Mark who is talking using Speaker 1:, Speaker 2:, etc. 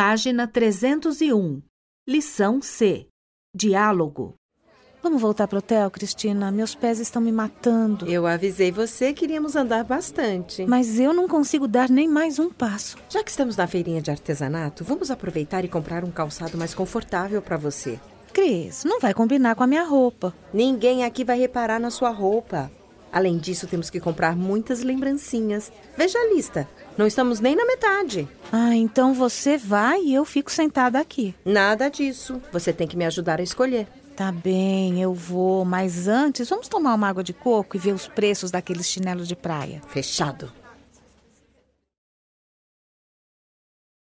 Speaker 1: Página 301. Lição C. Diálogo.
Speaker 2: Vamos voltar pro hotel, Cristina? Meus pés estão me matando.
Speaker 3: Eu avisei você que iríamos andar bastante.
Speaker 2: Mas eu não consigo dar nem mais um passo.
Speaker 3: Já que estamos na feirinha de artesanato, vamos aproveitar e comprar um calçado mais confortável para você.
Speaker 2: Cris, não vai combinar com a minha roupa.
Speaker 3: Ninguém aqui vai reparar na sua roupa. Além disso, temos que comprar muitas lembrancinhas. Veja a lista. Não estamos nem na metade.
Speaker 2: Ah, então você vai e eu fico sentada aqui.
Speaker 3: Nada disso. Você tem que me ajudar a escolher.
Speaker 2: Tá bem, eu vou, mas antes vamos tomar uma água de coco e ver os preços daqueles chinelos de praia.
Speaker 3: Fechado.